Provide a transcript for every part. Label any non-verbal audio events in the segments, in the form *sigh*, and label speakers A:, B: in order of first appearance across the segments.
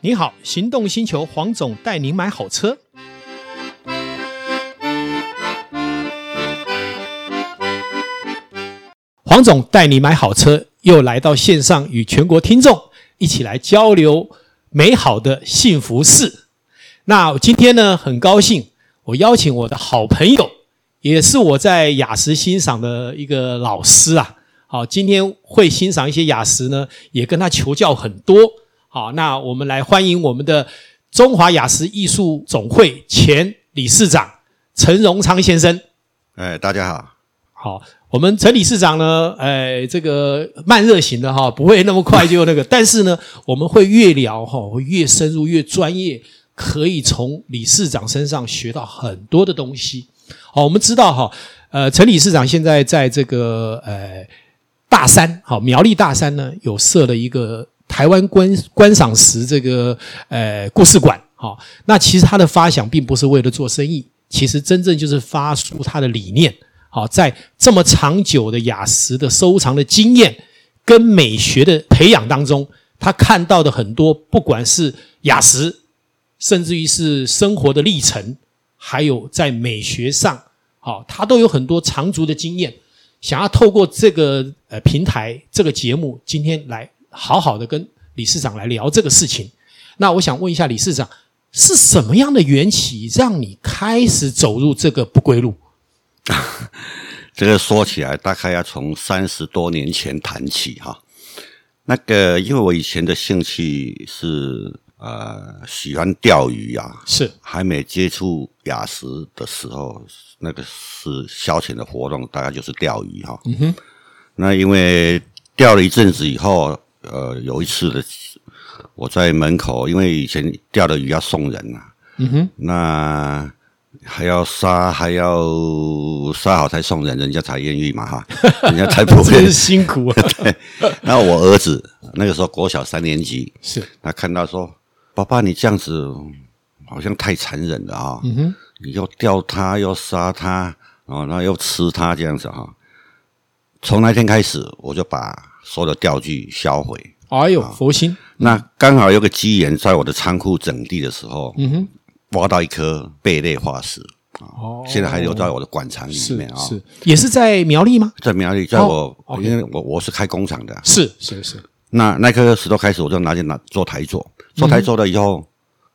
A: 你好，行动星球黄总带您买好车。黄总带你买好车，又来到线上与全国听众一起来交流美好的幸福事。那今天呢，很高兴我邀请我的好朋友，也是我在雅思欣赏的一个老师啊。好，今天会欣赏一些雅思呢，也跟他求教很多。好，那我们来欢迎我们的中华雅思艺术总会前理事长陈荣昌先生。
B: 哎，大家好，
A: 好，我们陈理事长呢，哎，这个慢热型的哈，不会那么快就那个，但是呢，我们会越聊哈，会越深入、越专业，可以从理事长身上学到很多的东西。好，我们知道哈，呃，陈理事长现在在这个呃大三，好，苗栗大三呢有设了一个台湾观观赏石这个呃故事馆，好、那其实他的发想并不是为了做生意，其实真正就是发出他的理念，好、在这么长久的雅石的收藏的经验跟美学的培养当中，他看到的很多，不管是雅石，甚至于是生活的历程，还有在美学上，好、他都有很多长足的经验。想要透过这个呃平台这个节目，今天来好好的跟理事长来聊这个事情。那我想问一下理事长，是什么样的缘起让你开始走入这个不归路？
B: 这个说起来大概要从三十多年前谈起哈。那个，因为我以前的兴趣是呃喜欢钓鱼啊，
A: 是
B: 还没接触雅思的时候，那个是消遣的活动，大概就是钓鱼哈。嗯哼。那因为钓了一阵子以后，呃，有一次的，我在门口，因为以前钓的鱼要送人啊，嗯哼，那还要杀，还要杀好才送人，人家才愿意嘛 *laughs* 哈，人家才不
A: 真
B: 会
A: 是。 *laughs* 辛苦
B: *laughs*
A: 啊！
B: 那我儿子那个时候国小三年级，
A: 是
B: 他看到说：“爸爸，你这样子好像太残忍了啊、嗯哼，你又钓它，又杀它，哦，然后又吃它，这样子哈、从那天开始，我就把所有的钓具销毁。
A: 哎
B: 啊
A: 呦，佛心
B: 那刚好有个机缘，在我的仓库整地的时候，嗯哼，挖到一颗贝类化石，啊
A: 哦
B: 现在还留在我的馆藏里
A: 是
B: 面啊、
A: 是，也是在苗栗吗？
B: 在苗栗，在我、
A: 哦，OK
B: 因为我我是开工厂的，啊
A: 是是是，
B: 那那颗石头开始，我就拿去拿做台座，做台座了以后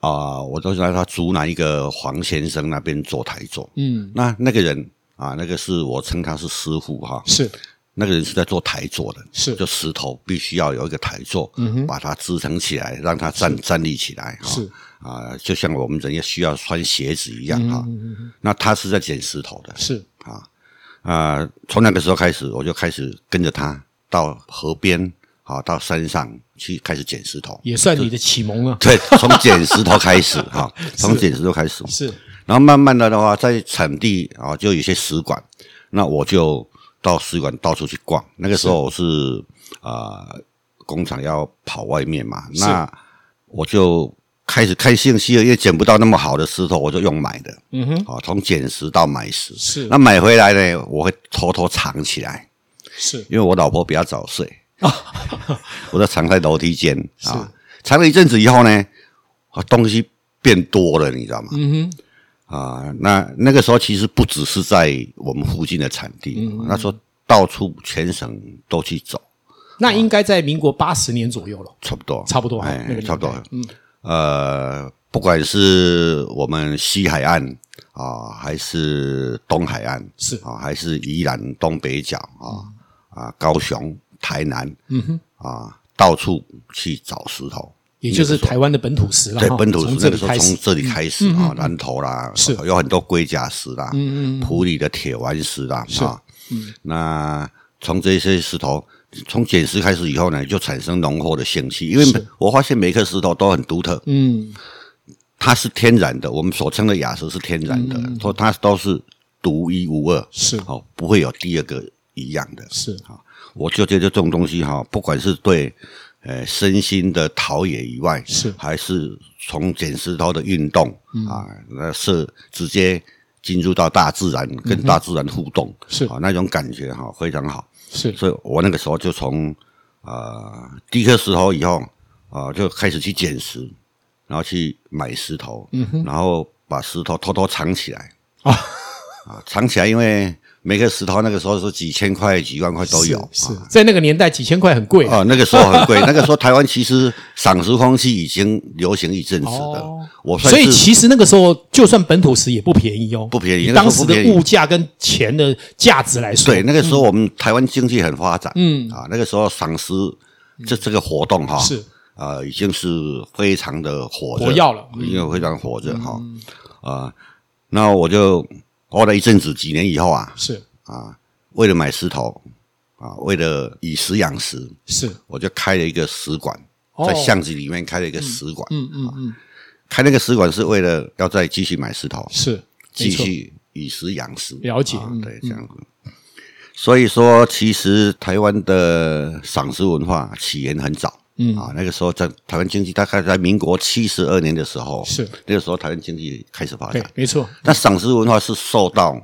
A: 嗯
B: 啊、我就让他竹南一个黄先生那边做台座。
A: 嗯，
B: 那那个人啊，那个是我称他是师傅哈，
A: 是
B: 那个人是在做台座的，
A: 是嗯
B: 就石头必须要有一个台座，把它支撑起来，让它站站立起来哈。
A: 是
B: 啊，就像我们人家需要穿鞋子一样
A: 嗯
B: 哈。那他是在捡石头的
A: 是，
B: 啊、从那个时候开始，我就开始跟着他到河边。啊，到山上去开始捡石头，
A: 也算你的启蒙啊。
B: 对，从捡石头开始哈，从捡石头开始，
A: 是
B: 然后慢慢的的话，在产地啊就有些石馆，那我就到石馆到处去逛。那个时候我是啊、呃工厂要跑外面嘛，那我就开始看信息了，因为捡不到那么好的石头，我就用买的，嗯哼，啊，从捡石到买石，
A: 是
B: 那买回来呢，我会偷偷藏起来，
A: 是，
B: 因为我老婆比较早睡 *laughs* 我就藏在楼梯间啊，藏了一阵子以后呢，啊，东西变多了，你知道吗？嗯哼，啊，那那个时候其实不只是在我们附近的产地，那时候到处全省都去走，
A: 那应该在民国八十年左右了。
B: 差不多，
A: 差不多那个
B: 哎
A: 年，代
B: 差不多，嗯，呃，不管是我们西海岸。啊，还是东海岸
A: 是嗯
B: 啊，还是宜兰东北角啊啊，高雄、台南，嗯哼啊，到处去找石头，
A: 也就是台湾的本土石了哈，
B: 对，本土
A: 从
B: 石
A: 这
B: 那个
A: 里
B: 时候
A: 开
B: 从
A: 始，嗯
B: 这里开始啊，南投啦，啊
A: 是嗯
B: 有很多龟甲石啦，普里的铁丸石啦，啊，那从这些石头。从捡石开始以后呢，就产生浓厚的兴趣，因为我发现每一颗石头都很独特，
A: 嗯，
B: 它是天然的，我们所称的雅石是天然的，说它都是独一无二，
A: 嗯是
B: 哦，不会有第二个一样的。哦
A: 是
B: 我就觉得这种东西哈，不管是对呃身心的陶冶以外，
A: 是嗯
B: 还是从捡石头的运动、啊，那是直接进入到大自然，跟大自然互动，
A: 嗯是
B: 啊，那种感觉哈非常好。
A: 是
B: 所以我那个时呃候就从呃第一颗石头以后啊、就开始去捡石，然后去买石头，
A: 嗯
B: 然后把石头偷偷藏起来
A: 啊
B: 啊，藏起来，因为每个石头那个时候是几千块、几万块都有
A: 是
B: 啊。
A: 在那个年代几千块很贵
B: 哦，那个时候很贵。那 *laughs* 个时候台湾其实赏石风气已经流行一阵子的，
A: 哦
B: 我算
A: 所以
B: 是
A: 其实那个时候，就算本土石也不便宜哦，
B: 不便宜
A: 以
B: 那个时
A: 当时
B: 候不便
A: 的
B: 宜
A: 物价跟钱的价值来说，
B: 对那个时候我们台湾经济很发展，嗯啊，那个时候赏石这这个活动哈、
A: 嗯是
B: 呃，已经是非常的火热
A: 火药了嗯
B: 已经非常火热哈。啊，那我就过了一阵子，几年以后啊，
A: 是
B: 为了买石头啊，为了以石养石，
A: 是，
B: 我就开了一个石馆，
A: 哦
B: 在巷子里面开了一个石馆。啊
A: 嗯嗯嗯，
B: 开那个石馆是为了要再继续买石头，
A: 是没
B: 继
A: 错，
B: 续以石养石。
A: 了解
B: 啊
A: 嗯
B: 对，这样子。所以说，其实台湾的赏识文化起源很早。嗯啊，那个时候在台湾经济大概在民国七十二年的时候，
A: 是
B: 那个时候台湾经济开始发
A: 对
B: 展。，
A: 没错，
B: 那赏识文化是受到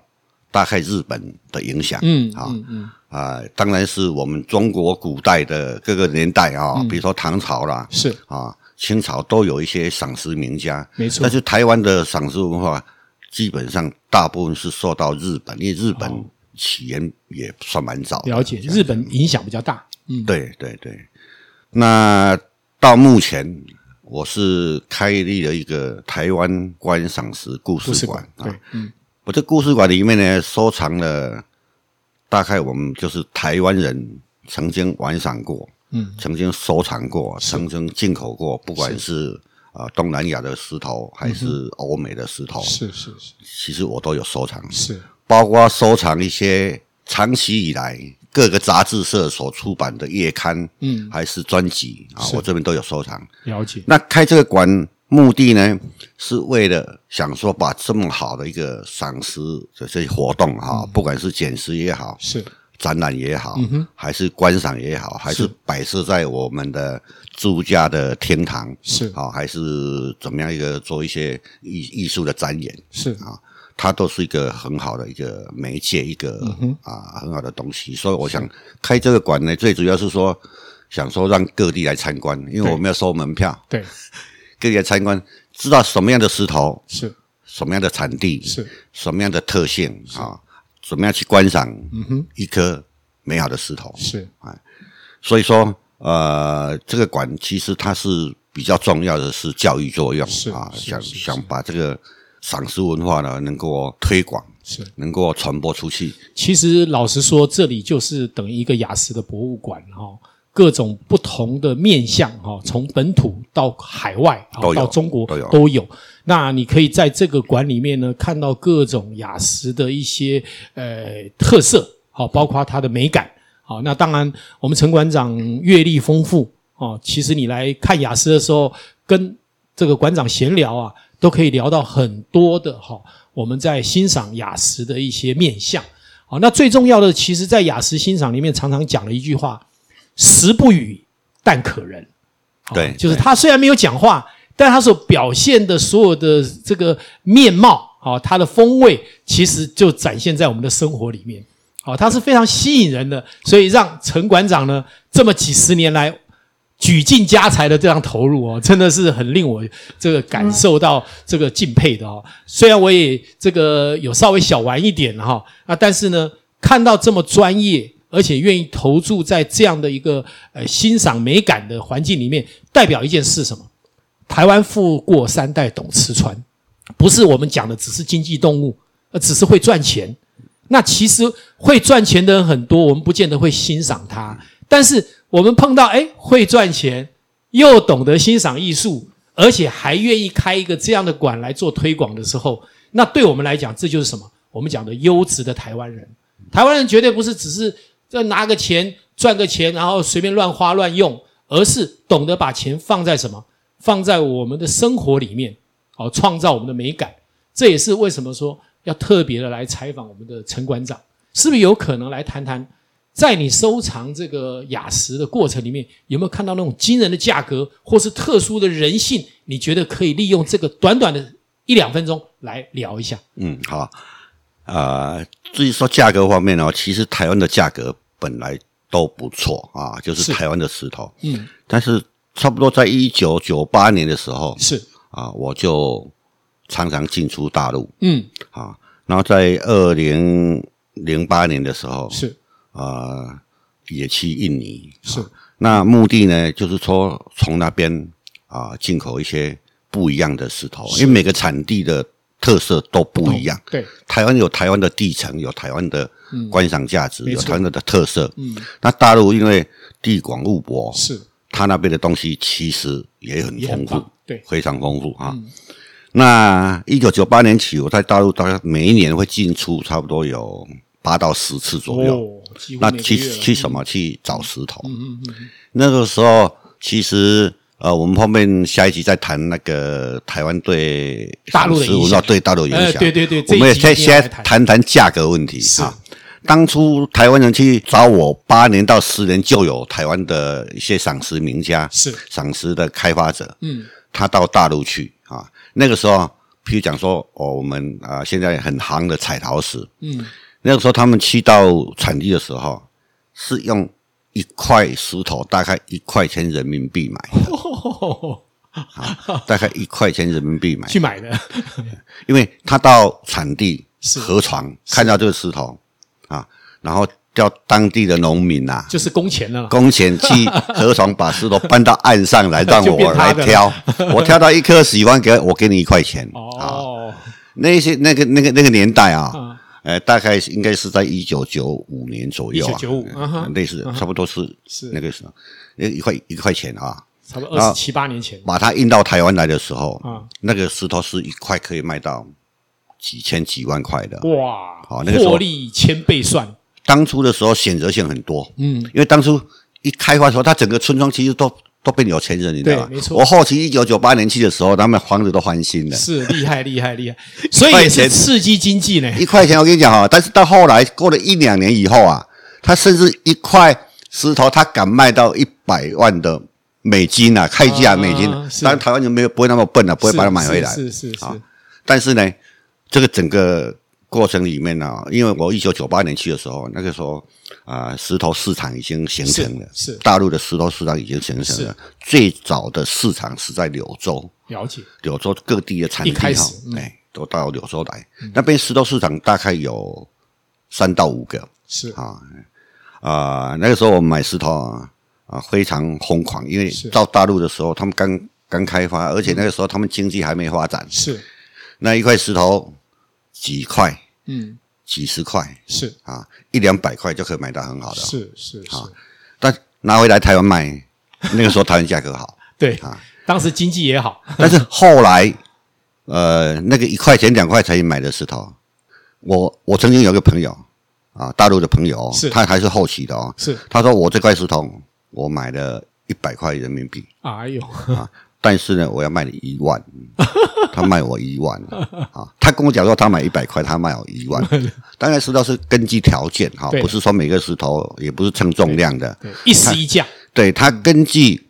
B: 大概日本的影响，
A: 嗯
B: 啊
A: 嗯嗯，
B: 啊、当然是我们中国古代的各个年代啊、
A: 嗯
B: 比如说唐朝啦，
A: 是
B: 啊，清朝都有一些赏识名家，
A: 没错
B: 但是台湾的赏识文化基本上大部分是受到日本，因为日本起源也算蛮早的。
A: 哦了解，日本影响比较大，嗯，
B: 对对对。那到目前，我是开立了一个台湾观赏石故
A: 故
B: 事
A: 事
B: 馆
A: 馆，
B: 啊
A: 对，，嗯，
B: 我这故事馆里面呢，收藏了大概我们就是台湾人曾经玩赏过，嗯，曾经收藏过，曾经进口过，不管是嗯啊、呃东南亚的石头还是欧美的石头，
A: 是是是
B: 其实我都有收藏，
A: 是，
B: 包括收藏一些长期以来各个杂志社所出版的月刊，嗯，还是专辑啊，我这边都有收藏。
A: 了解，
B: 那开这个馆目的呢，是为了想说把这么好的一个赏识的这些活动哈、不管是捡拾也好，
A: 嗯是嗯
B: 展览也好，还是观赏也好，还是摆设在我们的住家的厅堂，
A: 是
B: 啊、还是怎么样一个做一些艺艺术的展演，
A: 是，
B: 它都是一个很好的一个媒介，一个
A: 嗯
B: 啊、很好的东西。所以我想开这个馆呢，最主要是说想说让各地来参观，因为我们要收门票。
A: 对，
B: 各地来参观，知道什么样的石头、
A: 是
B: 什么样的产地、
A: 是
B: 什么样的特性啊，怎么样去观赏
A: 嗯
B: 一颗美好的石头。
A: 是
B: 所以说，呃，这个馆其实它是比较重要的是教育作用
A: 是
B: 啊，
A: 是
B: 想
A: 是
B: 想把这个赏识文化呢能够推广，
A: 是。
B: 能够传播出去。
A: 其实老实说，这里就是等于一个雅思的博物馆哈、哦，各种不同的面向哈、哦，从本土到海外、
B: 都
A: 哦、
B: 有
A: 到中国
B: 都有
A: 那你可以在这个馆里面呢，看到各种雅思的一些呃特色，好、包括它的美感。好，那当然，我们陈馆长阅历丰富哦。其实你来看雅思的时候，跟这个馆长闲聊啊，都可以聊到很多的哈、我们在欣赏雅思的一些面相。好，那最重要的，其实，在雅思欣赏里面，常常讲了一句话：“食不语，但可人。”好
B: 对
A: 哦就是
B: 对
A: 他虽然没有讲话，但他所表现的所有的这个面貌，好，他的风味，其实就展现在我们的生活里面。好，它是非常吸引人的，所以让陈馆长呢这么几十年来举尽家财的这样投入哦，真的是很令我这个感受到这个敬佩的哦。虽然我也这个有稍微小玩一点哈、啊，但是呢，看到这么专业，而且愿意投注在这样的一个呃欣赏美感的环境里面，代表一件事什么？台湾富过三代懂吃穿，不是我们讲的只是经济动物，而只是会赚钱。那其实会赚钱的人很多，我们不见得会欣赏他，但是我们碰到哎会赚钱，又懂得欣赏艺术，而且还愿意开一个这样的馆来做推广的时候，那对我们来讲，这就是什么？我们讲的优质的台湾人。台湾人绝对不是只是这拿个钱赚个钱，然后随便乱花乱用，而是懂得把钱放在什么？放在我们的生活里面，好、创造我们的美感。这也是为什么说要特别的来采访我们的陈馆长，是不是有可能来谈谈，在你收藏这个雅石的过程里面，有没有看到那种惊人的价格，或是特殊的人性？你觉得可以利用这个短短的一两分钟来聊一下？
B: 嗯，好。啊、至于说价格方面呢，其实台湾的价格本来都不错啊，就是是台湾的石头，
A: 嗯，
B: 但是差不多在一九九八年的时候，
A: 是
B: 啊，我就常常进出大陆
A: 嗯，
B: 啊。然后在二零零八年的时候，
A: 是
B: 啊，也去印尼。
A: 是
B: 那目的呢，就是说从那边啊进口一些不一样的石头，因为每个产地的特色都不一样。
A: 哦对，
B: 台湾有台湾的地层，有台湾的观赏价
A: 嗯
B: 值，
A: 没
B: 有
A: 错
B: 台湾的特色。嗯，那大陆因为地广物博，
A: 是
B: 它那边的东西其实也很
A: 也很
B: 丰富
A: 棒，，对，嗯
B: 非常丰富啊。那一九九八年起，我在大陆大概每一年会进出差不多有八到十次左右。
A: 哦，几乎
B: 那
A: 每个
B: 去
A: 月了
B: 去什么？去找石头。
A: 嗯
B: 那个时候其实呃，我们后面下一集再谈那个台湾对
A: 大陆的
B: 食物
A: 影响
B: 对大陆的影
A: 呃
B: 响。
A: 对对对这
B: 我
A: 一
B: 们也
A: 集
B: 再
A: 一定要
B: 先
A: 来谈
B: 谈谈价格问题
A: 是
B: 啊。当初台湾人去找我，八年到十年就有台湾的一些赏识名家，
A: 是
B: 赏识的开发者，
A: 嗯，
B: 他到大陆去啊。那个时候，譬如讲说，哦，我们啊、现在很行的彩陶石，
A: 嗯，
B: 那个时候他们去到产地的时候，是用一块石头大概一块钱人民币买的，
A: *laughs*
B: 大概一块钱人民币买
A: *laughs*
B: 的，
A: 去买的，
B: 因为他到产地
A: 是
B: 河床看到这个石头啊，然后叫当地的农民啊，
A: 就是工钱了。
B: 工钱
A: *laughs*
B: 去河床把石头搬到岸上来，让
A: 就变
B: 我
A: 他
B: 来
A: 的了
B: 挑，我挑到一颗喜欢给我给你一块钱啊。
A: 哦，
B: 那些那个那个那个年代啊，
A: 嗯
B: 呃，大概是应该是在一九九五年左右啊，
A: 1995
B: 呃
A: 嗯哼
B: 类似差不多是
A: 是
B: 那个时候，那一块一块钱啊，
A: 差不多
B: 然
A: 二
B: 后
A: 十七八年前，
B: 把它运到台湾来的时候，
A: 嗯
B: 那个石头是一块可以卖到几千几万块的。
A: 哇，
B: 好那个时候
A: 获利千倍算，
B: 当初的时候选择性很多，
A: 嗯，
B: 因为当初一开发的时候，它整个村庄其实都都变有钱人，你知道吧？
A: 对没错
B: 我后期一九九八年去的时候，他们房子都翻新了。
A: 是厉害厉害厉
B: *laughs*
A: 害，所以
B: 块
A: 也是
B: 钱
A: 刺激经济呢。
B: 一块钱，我跟你讲哈，但是到后来过了一两年以后啊，他甚至一块石头他敢卖到一百万的美金啊，开价美金
A: 啊。是
B: 当然台湾人没有不会那么笨了、啊不会把它买回来。
A: 是是是是
B: 啊，但是呢，这个整个过程里面呢、啊因为我一九九八年去的时候，那个时候啊、石头市场已经形成了，
A: 是是
B: 大陆的石头市场已经形成
A: 是
B: 了。最早的市场是在柳州，
A: 了解，
B: 柳州各地的产地
A: 一开
B: 哈
A: 始，嗯
B: 哎，都到柳州来。那边石头市场大概有三到五个
A: 是
B: 啊啊、那个时候我们买石头啊啊非常疯狂，因为
A: 是
B: 到大陆的时候，他们刚刚开发，而且那个时候他们经济还没发展，
A: 是，
B: 那一块石头几块、
A: 嗯，
B: 几十块
A: 是
B: 啊，一两百块就可以买到很好的，
A: 是是是，
B: 但拿回来台湾卖，那个时候台湾价格好。
A: 对
B: 啊，
A: 当时经济也好，
B: 但是后来，呃，那个一块钱两块钱买的石头，我我曾经有个朋友啊，大陆的朋友哦
A: 是，
B: 他还是后期的哦，
A: 是，
B: 他说我这块石头我买了一百块人民币，
A: 哎
B: *laughs*
A: 呦，
B: 啊但是呢，我要卖你一万，嗯他卖我一万啊，他跟我讲说他买一百块，他卖我
A: *laughs*
B: 一万，当然石头是根据条件哈
A: 对，
B: 不是说每个石头也不是称重量的，
A: 对，一时一价，
B: 对它根据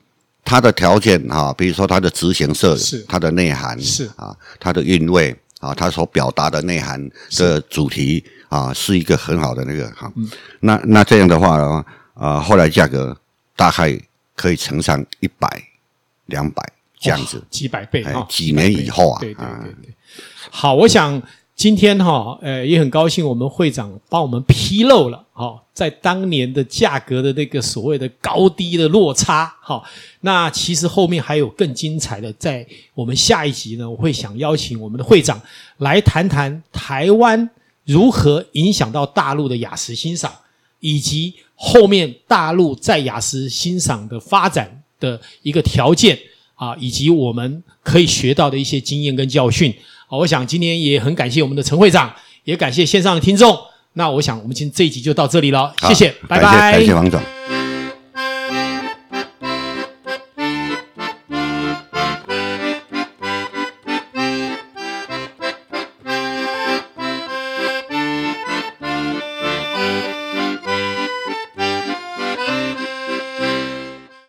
B: 它的条件哈、比如说它的执行色
A: 是，
B: 它的内涵
A: 是
B: 啊，它的韵味啊，它所表达的内涵的主题啊，是一个很好的那个哈、
A: 嗯
B: 那那这样的话呢，啊，后来价格大概可以乘上一百、两百这样子
A: 哇，几百倍
B: 哎
A: 啊，
B: 几年以后啊
A: 对对
B: 啊
A: 对对。好，我想今天哈、呃，也很高兴我们会长帮我们披露了，哈、在当年的价格的那个所谓的高低的落差，哈、那其实后面还有更精彩的，在我们下一集呢，我会想邀请我们的会长来谈谈台湾如何影响到大陆的雅石欣赏。以及后面大陆在雅思欣赏的发展的一个条件啊，以及我们可以学到的一些经验跟教训啊。我想今天也很感谢我们的陈会长，哦也感谢线上的听众。那我想我们今天这一集就到这里了，谢谢，
B: 好感
A: 拜拜
B: 感谢王总。